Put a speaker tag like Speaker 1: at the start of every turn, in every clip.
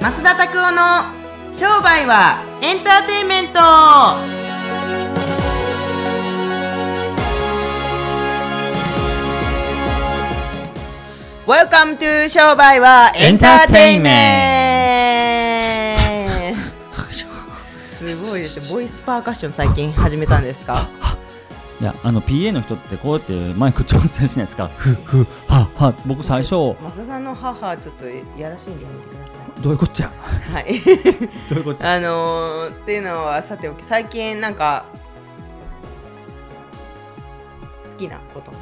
Speaker 1: 増田拓夫の商売はエンターテインメントWelcome to 商売はエンターテインメントすごいですねボイスパーカッション最近始めたんですか
Speaker 2: いやあの PA の人ってこうやってマイク調整しないですか ふふはは僕最初ど
Speaker 1: 増田さんの母ちょっとやらしいんでやめてくださいう
Speaker 2: いうこっちゃ
Speaker 1: はい
Speaker 2: どういうこっちゃ
Speaker 1: あのー、っていうのはさておき最近なんか好きなこと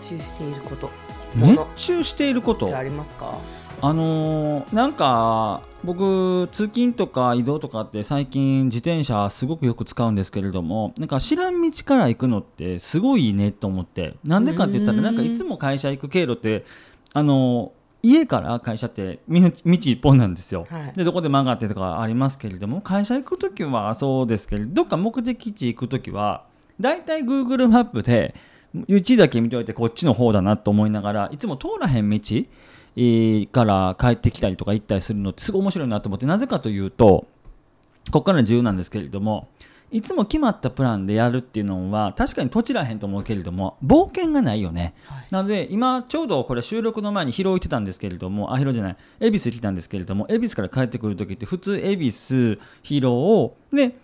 Speaker 1: 熱中していることも
Speaker 2: 熱
Speaker 1: の
Speaker 2: 中しているこ
Speaker 1: っ
Speaker 2: と
Speaker 1: てありますか
Speaker 2: あのーなんか僕通勤とか移動とかって最近自転車すごくよく使うんですけれどもなんか知らん道から行くのってすごいねと思ってなんでかって言った
Speaker 1: う
Speaker 2: ら
Speaker 1: ん
Speaker 2: なんかいつも会社行く経路ってあのー家から会社ってみ道一本なんですよ、
Speaker 1: はい
Speaker 2: でどこで曲がってとかありますけれども会社行く時はそうですけれどどっか目的地行く時は大体 Google マップで1だけ見ておいてこっちの方だなと思いながらいつも通らへん道えーから帰ってきたりとか行ったりするのってすごい面白いなと思ってなぜかというとここからの自由なんですけれどもいつも決まったプランでやるっていうのは確かにとちらへんと思うけれども冒険がないよね、
Speaker 1: はい
Speaker 2: なので今ちょうどこれ収録の前に広尾行ってたんですけれどもあ広尾じゃない恵比寿来たんですけれども恵比寿から帰ってくる時って普通恵比寿広尾で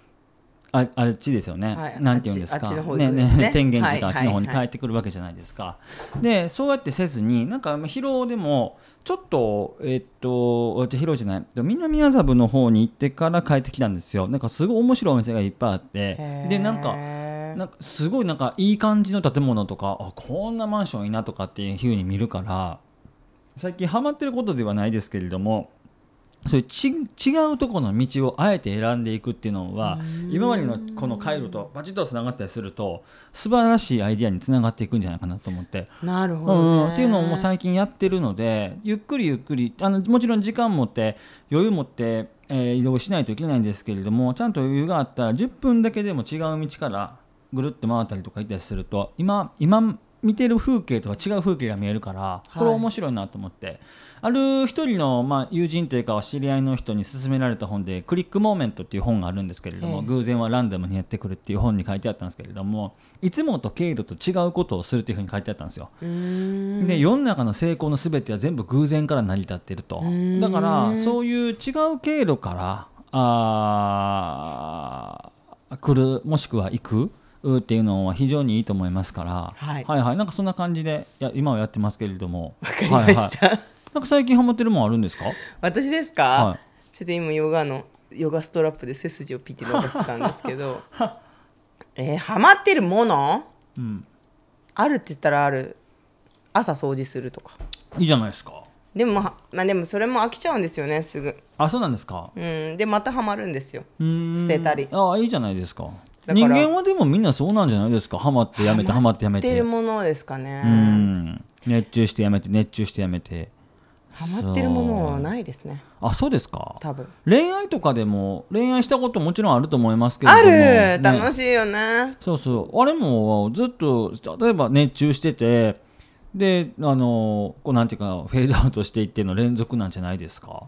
Speaker 2: ああっちですよね、
Speaker 1: はい
Speaker 2: なんて言うんですか
Speaker 1: あっちあっちの方行くんですね
Speaker 2: 天元寺と
Speaker 1: はい
Speaker 2: あっちの方に
Speaker 1: はい
Speaker 2: 帰
Speaker 1: はい
Speaker 2: ってくるわけじゃないですか、でそうやってせずになんか疲労でもちょっとえっとじゃ疲労じゃない南麻布の方に行ってから帰ってきたんですよなんかすごい面白いお店がいっぱいあってでなんかなんかすごいなんかいい感じの建物とかあこんなマンションいいなとかっていうふうに見るから最近ハマってることではないですけれどもそういうち違うところの道をあえて選んでいくっていうのは今までのこの回路とバチッとつながったりすると素晴らしいアイディアにつながっていくんじゃないかなと思って
Speaker 1: なるほ
Speaker 2: うん
Speaker 1: ど、
Speaker 2: う
Speaker 1: ね
Speaker 2: ん、っていうのをもう最近やってるのでゆっくりゆっくりあのもちろん時間持って余裕持って、えー移動しないといけないんですけれどもちゃんと余裕があったら10分だけでも違う道からぐるって回ったりとか行ったりすると今今見てる風景とは違う風景が見えるから
Speaker 1: い
Speaker 2: これ面白いなと思って、ある一人の、まあ、友人というか知り合いの人に勧められた本で「クリック・モーメント」っていう本があるんですけれども、
Speaker 1: ええ
Speaker 2: 偶然はランダムにやってくるっていう本に書いてあったんですけれどもいつもと経路と違うことをするっていうふうに書いてあったんですよ。
Speaker 1: うーん
Speaker 2: で世の中の成功の全ては全部偶然から成り立ってると
Speaker 1: ん
Speaker 2: だからそういう違う経路からあー来るもしくは行くうっていうのは非常にいいと思いますから、
Speaker 1: はい
Speaker 2: はいなんかそんな感じでいや今はやってますけれども
Speaker 1: わかりまし
Speaker 2: はい
Speaker 1: た、
Speaker 2: はいなんか最近ハマってるもんあるんですか
Speaker 1: 私ですか、
Speaker 2: は
Speaker 1: ちょっと今ヨガのヨガストラップで背筋をピッて伸ばしてたんですけど えー、ハマってるもの、
Speaker 2: ん
Speaker 1: あるって言ったらある朝掃除するとか
Speaker 2: いいじゃないですか
Speaker 1: でもまあまあでもそれも飽きちゃうんですよねすぐ
Speaker 2: あそうなんですか
Speaker 1: うんでまたハマるんですよ
Speaker 2: うーん
Speaker 1: 捨てたり
Speaker 2: あいいじゃないですか
Speaker 1: だから
Speaker 2: 人間はでもみんなそうなんじゃないですかハマってやめてハマってやめ
Speaker 1: っててるものですかね
Speaker 2: うん熱中してやめて熱中してやめて
Speaker 1: ハマってるものはないですね
Speaker 2: あそうですか
Speaker 1: 多分
Speaker 2: 恋愛とかでも恋愛したこともちろんあると思いますけれど
Speaker 1: あ
Speaker 2: も
Speaker 1: る、
Speaker 2: ね
Speaker 1: 楽しいよね
Speaker 2: そうそうあれもずっと例えば熱中しててであのこうなんていうかフェードアウトしていっての連続なんじゃないですか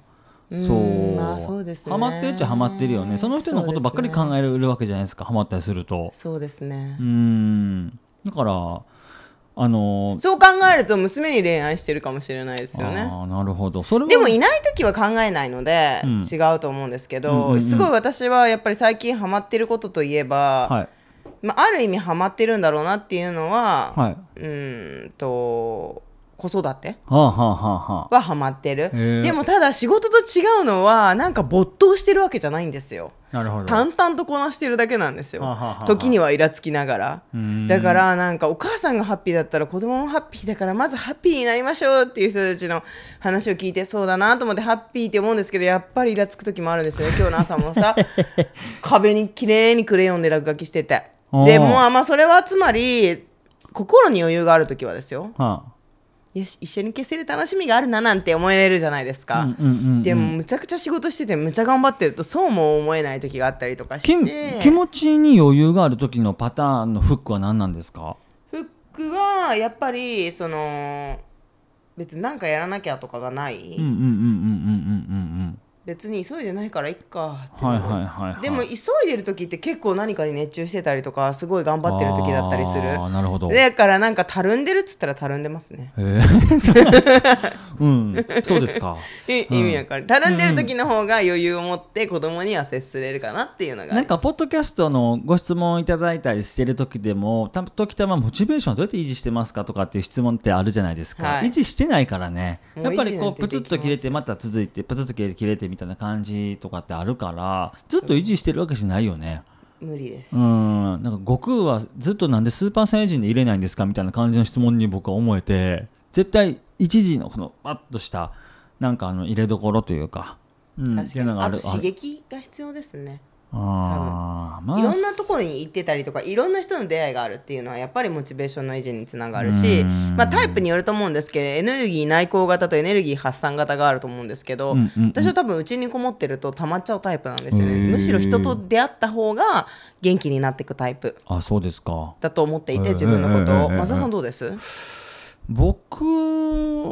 Speaker 1: うん
Speaker 2: そう,、
Speaker 1: まあそうですね
Speaker 2: ハマってるっちゃハマってるよねその人のことばっかり考えるわけじゃないですかハマったりすると
Speaker 1: そうですね
Speaker 2: う、んだからあの
Speaker 1: そう考えると娘に恋愛してるかもしれないですよね
Speaker 2: あーなるほどそれは
Speaker 1: でもいない時は考えないので、
Speaker 2: うん
Speaker 1: 違うと思うんですけど、
Speaker 2: うんうんうん
Speaker 1: すごい私はやっぱり最近ハマってることといえば、
Speaker 2: はい
Speaker 1: まあ、ある意味ハマってるんだろうなっていうのは、
Speaker 2: はいは
Speaker 1: うーんと子育て
Speaker 2: あはあはあはあ
Speaker 1: はハマってる
Speaker 2: へえ
Speaker 1: でもただ仕事と違うのはなんか没頭してるわけじゃないんですよ
Speaker 2: なるほど
Speaker 1: 淡々とこなしてるだけなんですよ
Speaker 2: はあはあはあ
Speaker 1: 時にはイラつきながら
Speaker 2: うん
Speaker 1: だからなんかお母さんがハッピーだったら子供もハッピーだからまずハッピーになりましょうっていう人たちの話を聞いてそうだなと思ってハッピーって思うんですけどやっぱりイラつく時もあるんですよね 今日の朝もさ壁に綺麗にクレヨンで落書きしてて
Speaker 2: おー
Speaker 1: でもあまあそれはつまり心に余裕がある時はですよ
Speaker 2: はあ
Speaker 1: よし一緒に消せる楽しみがあるななんて思えるじゃないですか、
Speaker 2: うんうんうんうん
Speaker 1: でもむちゃくちゃ仕事しててむちゃ頑張ってるとそうも思えない時があったりとかし
Speaker 2: き
Speaker 1: て
Speaker 2: 気持ちに余裕がある時のパターンのフックは何なんですか
Speaker 1: フックはやっぱりその別に何かやらなきゃとかがない、
Speaker 2: うんうんうんうんうんうんうん
Speaker 1: 別に急いでないからいっかって、
Speaker 2: はいはいはい、はい、
Speaker 1: でも急いでる時って結構何かに熱中してたりとかすごい頑張ってる時だったりする
Speaker 2: あーなるほど
Speaker 1: だからなんかたるんでるっつったらたるんでますね
Speaker 2: へー そうなんですかうんそうですか
Speaker 1: い意味わかる、たるんでる時の方が余裕を持って子供には接すれるかなっていうのがあ
Speaker 2: なん
Speaker 1: る
Speaker 2: かポッドキャストのご質問をいただいたりしてる時でもた時たまモチベーションはどうやって維持してますかとかっていう質問ってあるじゃないですか、
Speaker 1: はい
Speaker 2: 維持してないからね
Speaker 1: もう
Speaker 2: やっぱりこう
Speaker 1: 維持な
Speaker 2: プ
Speaker 1: んて
Speaker 2: ツ
Speaker 1: でき
Speaker 2: ッと切れてまた続いてプツッと切れて切れてみたいな感じとかってあるからずっと維持してるわけじゃないよね
Speaker 1: 無理です、
Speaker 2: うんなんか悟空はずっとなんでスーパーサイヤ人で入れないんですかみたいな感じの質問に僕は思えて絶対一時のこのパッとしたなんかあの入れどころというか、うん、
Speaker 1: 確
Speaker 2: って
Speaker 1: か
Speaker 2: いう
Speaker 1: に
Speaker 2: のが
Speaker 1: あ
Speaker 2: ある
Speaker 1: と刺激が必要ですね
Speaker 2: あーまあ
Speaker 1: いろんなところに行ってたりとかいろんな人の出会いがあるっていうのはやっぱりモチベーションの維持につながるし、
Speaker 2: うん
Speaker 1: まあ、タイプによると思うんですけどエネルギー内向型とエネルギー発散型があると思うんですけど、
Speaker 2: うんうんうん
Speaker 1: 私は多分うちにこもってると溜まっちゃうタイプなんですよね
Speaker 2: へー
Speaker 1: むしろ人と出会った方が元気になっていくタイプ
Speaker 2: あそうですか
Speaker 1: だと思っていて自分のこと
Speaker 2: うんうんうん
Speaker 1: を
Speaker 2: うん
Speaker 1: 松田さんどうです
Speaker 2: 僕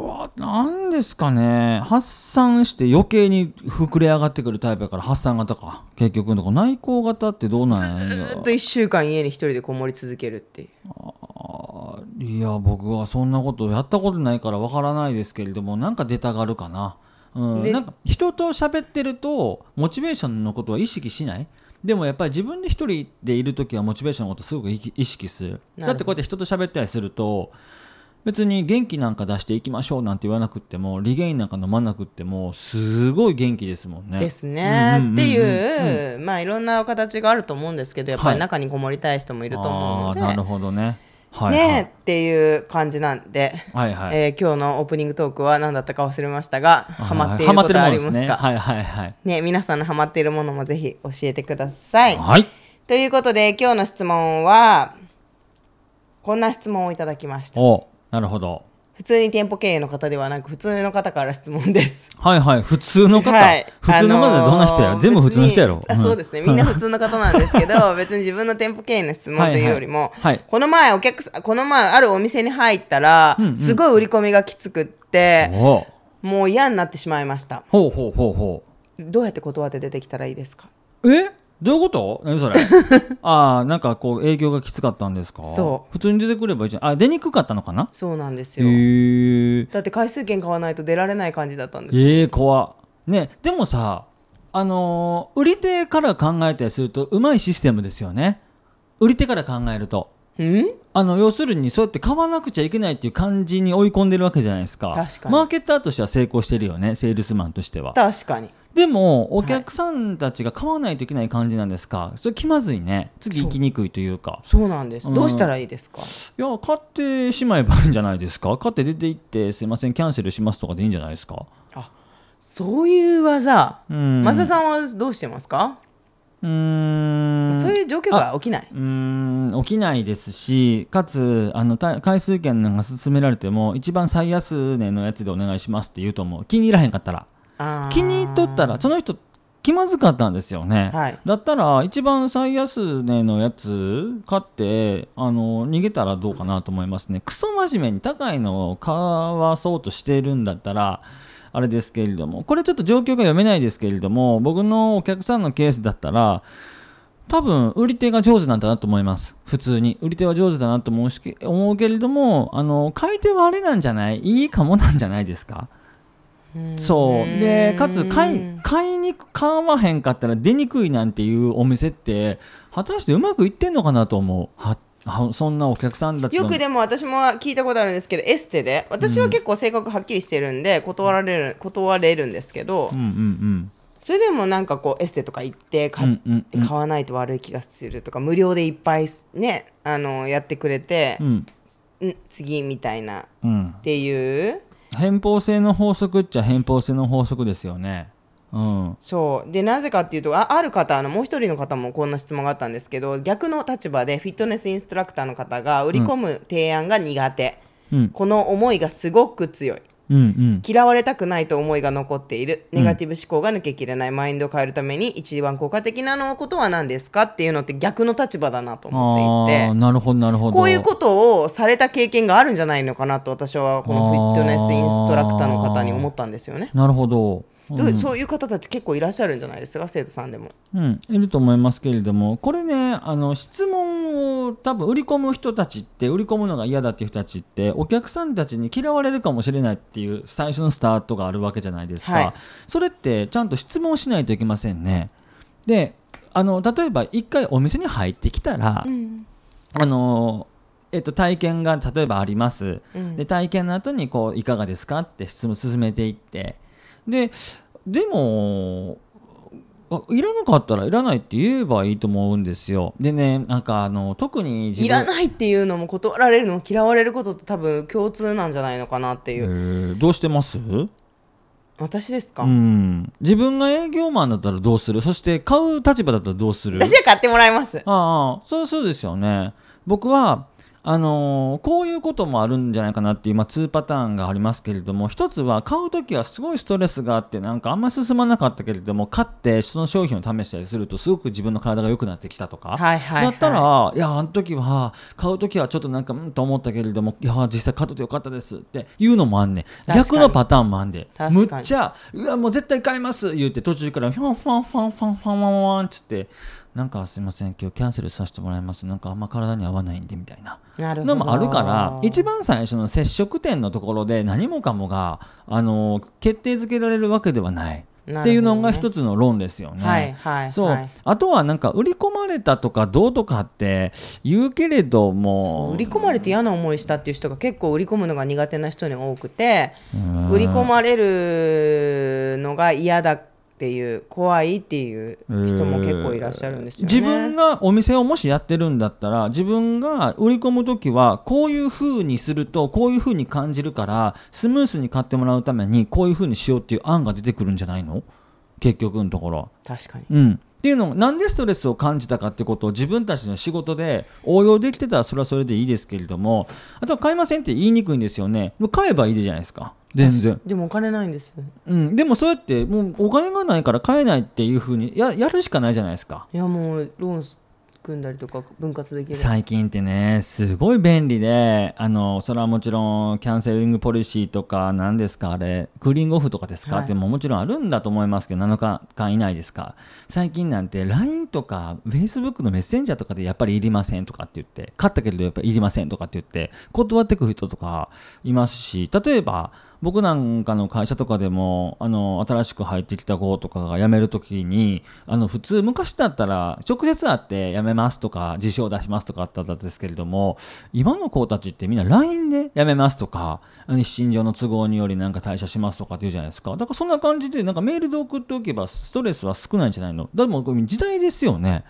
Speaker 2: は何ですかね発散して余計に膨れ上がってくるタイプやから発散型か結局のとこ内向型ってどうなんや
Speaker 1: ずっと1週間家に一人でこもり続けるっていう
Speaker 2: あいや僕はそんなことやったことないからわからないですけれどもなんか出たがるかな,、うん、
Speaker 1: で
Speaker 2: なんか人と喋ってるとモチベーションのことは意識しないでもやっぱり自分で一人でいる時はモチベーションのことすごく意識意識する
Speaker 1: ど
Speaker 2: だってこうやって人と喋ったりすると別に元気なんか出していきましょうなんて言わなくってもリゲインなんか飲まなくってもすごい元気ですもんね。
Speaker 1: ですね、
Speaker 2: うんうんうんうん
Speaker 1: っていう、まあいろんなお形があると思うんですけどやっぱ
Speaker 2: はい
Speaker 1: り中にこもりたい人もいると思うので、
Speaker 2: あーなるほどね。はい、はい、
Speaker 1: ねえっていう感じなんで、
Speaker 2: はいはい
Speaker 1: えー今日のオープニングトークは何だったか忘れましたがハマってい
Speaker 2: は
Speaker 1: る
Speaker 2: ま
Speaker 1: こ
Speaker 2: って
Speaker 1: と
Speaker 2: る
Speaker 1: はあ
Speaker 2: もの
Speaker 1: り
Speaker 2: で
Speaker 1: ますすか
Speaker 2: ね。
Speaker 1: ね
Speaker 2: はいはいはい。
Speaker 1: 皆さんのハマっているものもぜひ教えてください。
Speaker 2: はい
Speaker 1: ということで今日の質問はこんな質問をいただきました。
Speaker 2: おなるほど
Speaker 1: 普通に店舗経営の方ではなく普通の方から質問です。
Speaker 2: はいはい普通の方、
Speaker 1: はい、
Speaker 2: 普通の方どんな人や、
Speaker 1: あのー
Speaker 2: 全部普通の人やろ
Speaker 1: 別にあそうですねみんな普通の方なんですけど別に自分の店舗経営の質問というよりも、
Speaker 2: はいはいはい
Speaker 1: この前お客さんこの前あるお店に入ったら、
Speaker 2: うんうん
Speaker 1: すごい売り込みがきつくって
Speaker 2: うん、お
Speaker 1: もう嫌になってしまいました
Speaker 2: ほうほうほうほ
Speaker 1: どうやって断って出てきたらいいですか
Speaker 2: うえどういうこと何 それああなんかこう営業がきつかったんですか
Speaker 1: そう
Speaker 2: 普通に出てくればいいじゃんあ出にくかったのかな
Speaker 1: そうなんです
Speaker 2: へ
Speaker 1: よ、
Speaker 2: ー
Speaker 1: だって回数券買わないと出られない感じだったんですよ
Speaker 2: ええ怖っねでもさあのー売り手から考えたりするとうまいシステムですよね売り手から考えると
Speaker 1: うん
Speaker 2: あの要するにそうやって買わなくちゃいけないっていう感じに追い込んでるわけじゃないですか
Speaker 1: 確かに
Speaker 2: マーケッターとしては成功してるよねセールスマンとしては
Speaker 1: 確かに
Speaker 2: でもお客さんたちが買わないといけない感じなんですか、それ気まずいね次行きにくいというか
Speaker 1: そうなんです、
Speaker 2: うん
Speaker 1: どうしたらいいですか
Speaker 2: いや買ってしまえばいいんじゃないですか買って出て行ってすいませんキャンセルしますとかでいいんじゃないですか
Speaker 1: あそういう技、
Speaker 2: うん
Speaker 1: 増田さんはどうしてますか、
Speaker 2: うーん
Speaker 1: そういう状況が起きないう
Speaker 2: ーん起きないですしかつあのた回数券なんか勧められても一番最安値のやつでお願いしますって言うと思う気に入らへんかったら
Speaker 1: あー
Speaker 2: 気に取ったらその人気まずかったんですよね、
Speaker 1: はい
Speaker 2: だったら一番最安値のやつ買ってあの逃げたらどうかなと思いますねクソ真面目に高いのを買わそうとしてるんだったらあれですけれどもこれちょっと状況が読めないですけれども僕のお客さんのケースだったら多分売り手が上手なんだなと思います普通に売り手は上手だなと思うし思うけれどもあの買い手はあれなんじゃないいいかもなんじゃないですかそうでかつ買い買いに買わへんかったら出にくいなんていうお店って果たしてうまくいってんのかなと思うははそんなお客さんたちの
Speaker 1: よくでも私も聞いたことあるんですけどエステで私は結構性格はっきりしてるんで断られる断れるんですけど
Speaker 2: うんうんうん
Speaker 1: それでもなんかこうエステとか行って買,、
Speaker 2: うんうんうん
Speaker 1: 買わないと悪い気がするとか無料でいっぱいねあのやってくれて
Speaker 2: う、ん
Speaker 1: ん次みたいなっ
Speaker 2: うん
Speaker 1: ていう
Speaker 2: 偏方性の法則っちゃ偏方性の法則ですよねうん
Speaker 1: そうでなぜかっていうとあある方あのもう一人の方もこんな質問があったんですけど逆の立場でフィットネスインストラクターの方が売り込む提案が苦手、
Speaker 2: うん
Speaker 1: この思いがすごく強い
Speaker 2: うんうん
Speaker 1: 嫌われたくないと思いが残っているネガティブ思考が抜けきれない、マインドを変えるために一番効果的なのことは何ですかっていうのって逆の立場だなと思ってい
Speaker 2: あー
Speaker 1: て
Speaker 2: なるほどなるほど
Speaker 1: こういうことをされた経験があるんじゃないのかなと私はこのフィットネスインストラクターの方に思ったんですよね。
Speaker 2: なるほど
Speaker 1: どうそういう方たち結構いらっしゃるんじゃないですか生徒さんでも
Speaker 2: うん、いると思いますけれどもこれねあの質問を多分売り込む人たちって売り込むのが嫌だっていう人たちってお客さんたちに嫌われるかもしれないっていう最初のスタートがあるわけじゃないですか、
Speaker 1: はい
Speaker 2: それってちゃんと質問しないといけませんねであの例えば一回お店に入ってきたら、
Speaker 1: ん
Speaker 2: あのえっと、体験が例えばあります、
Speaker 1: うん
Speaker 2: で体験の後にこういかがですかって質問進めていってででもあいらなかったらいらないって言えばいいと思うんですよでねなんかあの特に
Speaker 1: いらないっていうのも断られるのも嫌われることと多分共通なんじゃないのかなって
Speaker 2: え
Speaker 1: いう、
Speaker 2: ーどうしてます
Speaker 1: 私ですか、
Speaker 2: うん自分が営業マンだったらどうするそして買う立場だったらどうする
Speaker 1: 私は買ってもらいます
Speaker 2: ああそうそうですよね僕はあのーこういうこともあるんじゃないかなって今2パターンがありますけれども一つは買う時はすごいストレスがあってなんかあんま進まなかったけれども買ってその商品を試したりするとすごく自分の体が良くなってきたとか、
Speaker 1: はいはい、
Speaker 2: だ
Speaker 1: は
Speaker 2: った
Speaker 1: い
Speaker 2: ら、いや、あの時は、買う時はちょっとなんか、うんと思ったけれども、いや、実際買っとてよかったですっていうのもあんねん。
Speaker 1: かに
Speaker 2: 逆のパターンもあんで。
Speaker 1: 確
Speaker 2: む
Speaker 1: かに
Speaker 2: っちゃ、うわ、もう絶対買います言って、途中から、ファンファンファンファンファンファンファンっつって、なんかすいません、今日キャンセルさせてもらいます。なんかあんま体に合わないんで、みたいな。
Speaker 1: なるほど
Speaker 2: のもあるから一番最初の接触点のところで何もかもがあの決定づけられるわけではないっていうのが一つの論ですよね。
Speaker 1: はいはい
Speaker 2: そう、
Speaker 1: はい
Speaker 2: あとはなんか売り込まれたとかどうとかって言うけれども
Speaker 1: 売り込まれて嫌な思いしたっていう人が結構売り込むのが苦手な人に多くて
Speaker 2: うん
Speaker 1: 売り込まれるのが嫌だっていう怖いっていう人も結構いらっしゃるんですよね。
Speaker 2: 自分がお店をもしやってるんだったら自分が売り込む時はこういう風にするとこういう風に感じるからスムースに買ってもらうためにこういう風にしようっていう案が出てくるんじゃないの結局のところ。
Speaker 1: 確かに
Speaker 2: うん、っていうのがなんでストレスを感じたかってことを自分たちの仕事で応用できてたらそれはそれでいいですけれどもあとは買いませんって言いにくいんですよねでも買えばいいじゃないですか全然、
Speaker 1: でもお金ないんですよね
Speaker 2: うん、でもそうやってもうお金がないから買えないっていうふうにややるしかないじゃないですか
Speaker 1: いやもうローン組んだりとか分割できる
Speaker 2: 最近ってねすごい便利であのそれはもちろんキャンセリングポリシーとか何ですかあれクーリングオフとかですか、
Speaker 1: はい
Speaker 2: ってももちろんあるんだと思いますけど7日間以内ですか最近なんて LINE とか Facebook のメッセンジャーとかでやっぱりいりませんとかって言って買ったけれどやっぱりいりませんとかって言って断ってくる人とかいますし例えば僕なんかの会社とかでもあの新しく入ってきた子とかが辞めるときにあの普通昔だったら直接会って辞めますとか辞書を出しますとかあったんですけれども今の子たちってみんな LINE で辞めますとかあの心情の都合によりなんか退社しますとかって言うじゃないですかだからそんな感じでなんかメールで送っておけばストレスは少ないんじゃないのだってもうこれ時代ですよね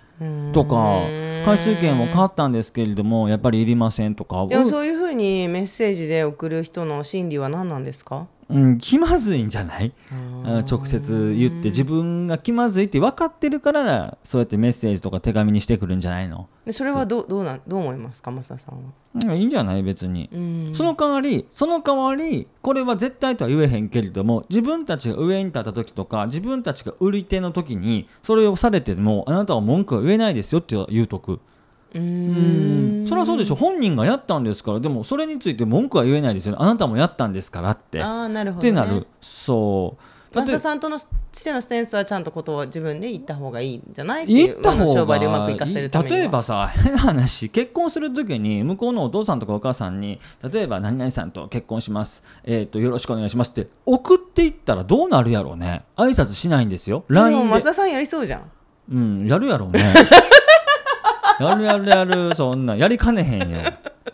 Speaker 2: とか回数券を買ったんですけれどもやっぱりいりませんとか
Speaker 1: でもそういうふうにメッセージで送る人の心理は何なんですか
Speaker 2: うん、気まずいんじゃないうん直接言って自分が気まずいって分かってるからそうやってメッセージとか手紙にしてくるんじゃないの
Speaker 1: でそれはどうどうなんどう思いますかマサさんは。
Speaker 2: うんいいんじゃない別に
Speaker 1: うん
Speaker 2: その代わりその代わりこれは絶対とは言えへんけれども自分たちが上に立った時とか自分たちが売り手の時にそれをされてもあなたは文句は言えないですよって言うとく
Speaker 1: う
Speaker 2: うん
Speaker 1: ん
Speaker 2: それはそうでしょ本人がやったんですからでもそれについて文句は言えないですよねあなたもやったんですからってっ
Speaker 1: ああなるほど、ね、
Speaker 2: てなるそう
Speaker 1: 増田さんとのしてのステンスはちゃんとことを自分で言った方がいいんじゃないってい
Speaker 2: 言
Speaker 1: う
Speaker 2: った方
Speaker 1: あ
Speaker 2: が
Speaker 1: の商売でうまくいかせるためには
Speaker 2: 例えばさ変な話結婚する時に向こうのお父さんとかお母さんに例えば何々さんと結婚します、えー、とよろしくお願いしますって送っていったらどうなるやろうね挨拶しないんですよ
Speaker 1: でも
Speaker 2: LINE で
Speaker 1: 増田さんやりそうじゃん
Speaker 2: うんやるやろ うねやるやるやるそんなやりかねへんよ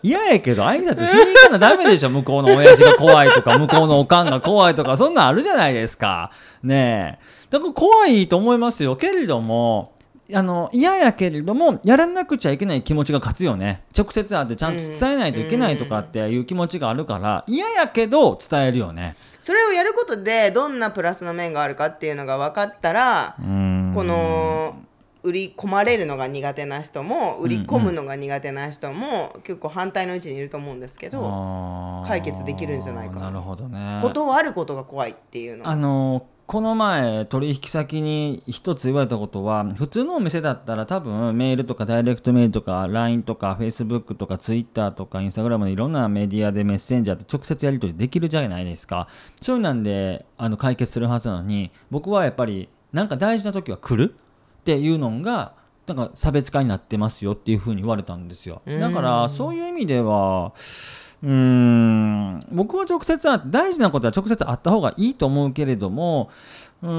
Speaker 2: 嫌やけど挨拶しに行かなダメでしょ向こうの親父が怖いとか向こうのおかんが怖いとかそんなんあるじゃないですかねえだから怖いと思いますよけれどもあの嫌やけれどもやらなくちゃいけない気持ちが勝つよね直接会ってちゃんと伝えないといけないとかっていう気持ちがあるから嫌やけど伝えるよね
Speaker 1: それをやることでどんなプラスの面があるかっていうのが分かったら
Speaker 2: う、ん
Speaker 1: この売り込まれるのが苦手な人も売り込むのが苦手な人も、結構反対の位置にいると思うんですけど
Speaker 2: あー
Speaker 1: 解決できるんじゃないかな
Speaker 2: なるほどね
Speaker 1: 断ることが怖いっていうの
Speaker 2: あのこの前取引先に一つ言われたことは普通のお店だったら多分メールとかダイレクトメールとか LINE とか Facebook とか Twitter とか Instagram でいろんなメディアでメッセンジャーと直接やり取りできるじゃないですかそういうなんであの解決するはずなのに僕はやっぱりなんか大事な時は来るっていうのがなんか差別化になってますよっていうふうに言われたんですよ
Speaker 1: うん
Speaker 2: だからそういう意味ではうーん僕は直接は大事なことは直接会った方がいいと思うけれどもうー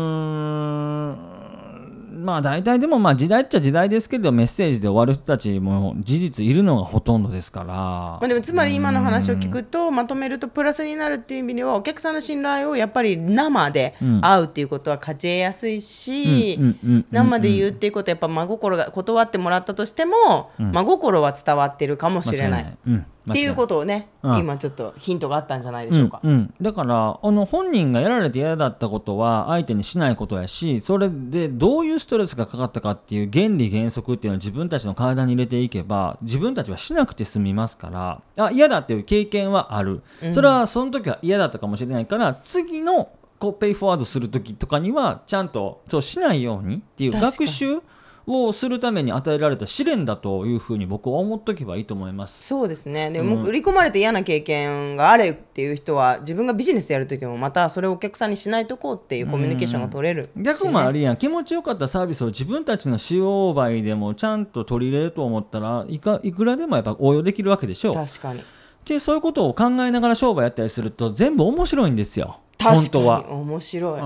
Speaker 2: んまあ大体でもまあ時代っちゃ時代ですけどメッセージで終わる人たちも事実いるのがほとんどですから、
Speaker 1: まあ、でもつまり今の話を聞くとまとめるとプラスになるっていう意味ではお客さんの信頼をやっぱり生で会うっていうことは勝ち得やすいし
Speaker 2: うんうんうんうん
Speaker 1: 生で言うっていうことはやっぱ真心が断ってもらったとしても真心は伝わってるかもしれないっ
Speaker 2: うん、間
Speaker 1: て
Speaker 2: 違
Speaker 1: いうことをね
Speaker 2: うん
Speaker 1: 今ちょっとヒントがあったんじゃないでしょうか。
Speaker 2: うんうんだからあの本人がやられて嫌だったことは相手にしないことやしそれでどういうストレスがかかったかっていう原理原則っていうのを自分たちの体に入れていけば自分たちはしなくて済みますからあ嫌だっていう経験はある、それはその時は嫌だったかもしれないから次のこうペイフォワードする時とかにはちゃんとそうしないようにっていう
Speaker 1: 確かに
Speaker 2: 学習をするために与えられた試練だというふうに僕は思っとけばいいと思います。
Speaker 1: そうですねでも、売り込まれて嫌な経験があるっていう人は自分がビジネスやる時もまたそれをお客さんにしないとこうっていうコミュニケーションが取れる、
Speaker 2: 逆もありやん気持ちよかったサービスを自分たちの使用売でもちゃんと取り入れると思ったらいかいくらでもやっぱ応用できるわけでしょう
Speaker 1: 確かに
Speaker 2: でそういうことを考えながら商売やったりすると全部面白いんですよ本
Speaker 1: 確
Speaker 2: 当
Speaker 1: か
Speaker 2: は
Speaker 1: に。面白い
Speaker 2: うん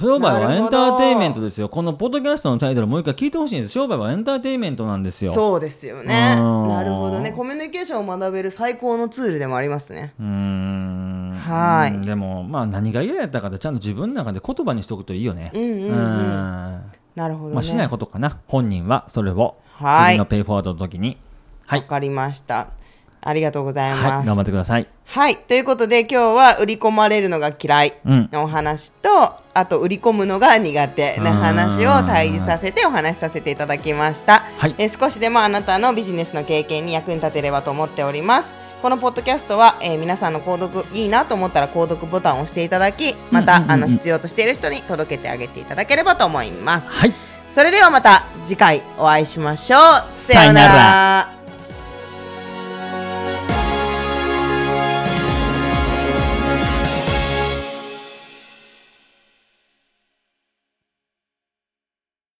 Speaker 2: 商売はエンターテインメントですよこのポッドキャストのタイトルもう一回聞いてほしいんです商売はエンターテインメントなんですよ
Speaker 1: そうですよね
Speaker 2: うん
Speaker 1: なるほどねコミュニケーションを学べる最高のツールでもありますね
Speaker 2: うーん
Speaker 1: はーい
Speaker 2: でもまあ何が嫌やったかってちゃんと自分の中で言葉にしておくといいよね
Speaker 1: うんうんうん
Speaker 2: うん
Speaker 1: なるほどね、
Speaker 2: まあ、しないことかな本人はそれを
Speaker 1: はい
Speaker 2: 次のペイフォワードの時には
Speaker 1: わ
Speaker 2: い、
Speaker 1: かりましたありがとうござい
Speaker 2: は
Speaker 1: ま
Speaker 2: い、
Speaker 1: す、
Speaker 2: 頑張
Speaker 1: は
Speaker 2: っ
Speaker 1: い
Speaker 2: てください
Speaker 1: ということで今日は売り込まれるのが嫌い
Speaker 2: うん
Speaker 1: のお話とあと売り込むのが苦手な話を対峙させてお話しさせていただきました、
Speaker 2: はい
Speaker 1: えー少しでもあなたのビジネスの経験に役に立てればと思っておりますこのポッドキャストは、えー皆さんの購読いいなと思ったら購読ボタンを押していただきまた、
Speaker 2: うんうんうんうん
Speaker 1: あの必要としている人に届けてあげていただければと思います
Speaker 2: はい
Speaker 1: それではまた次回お会いしましょうさよう
Speaker 2: さよ
Speaker 1: な
Speaker 2: な
Speaker 1: ら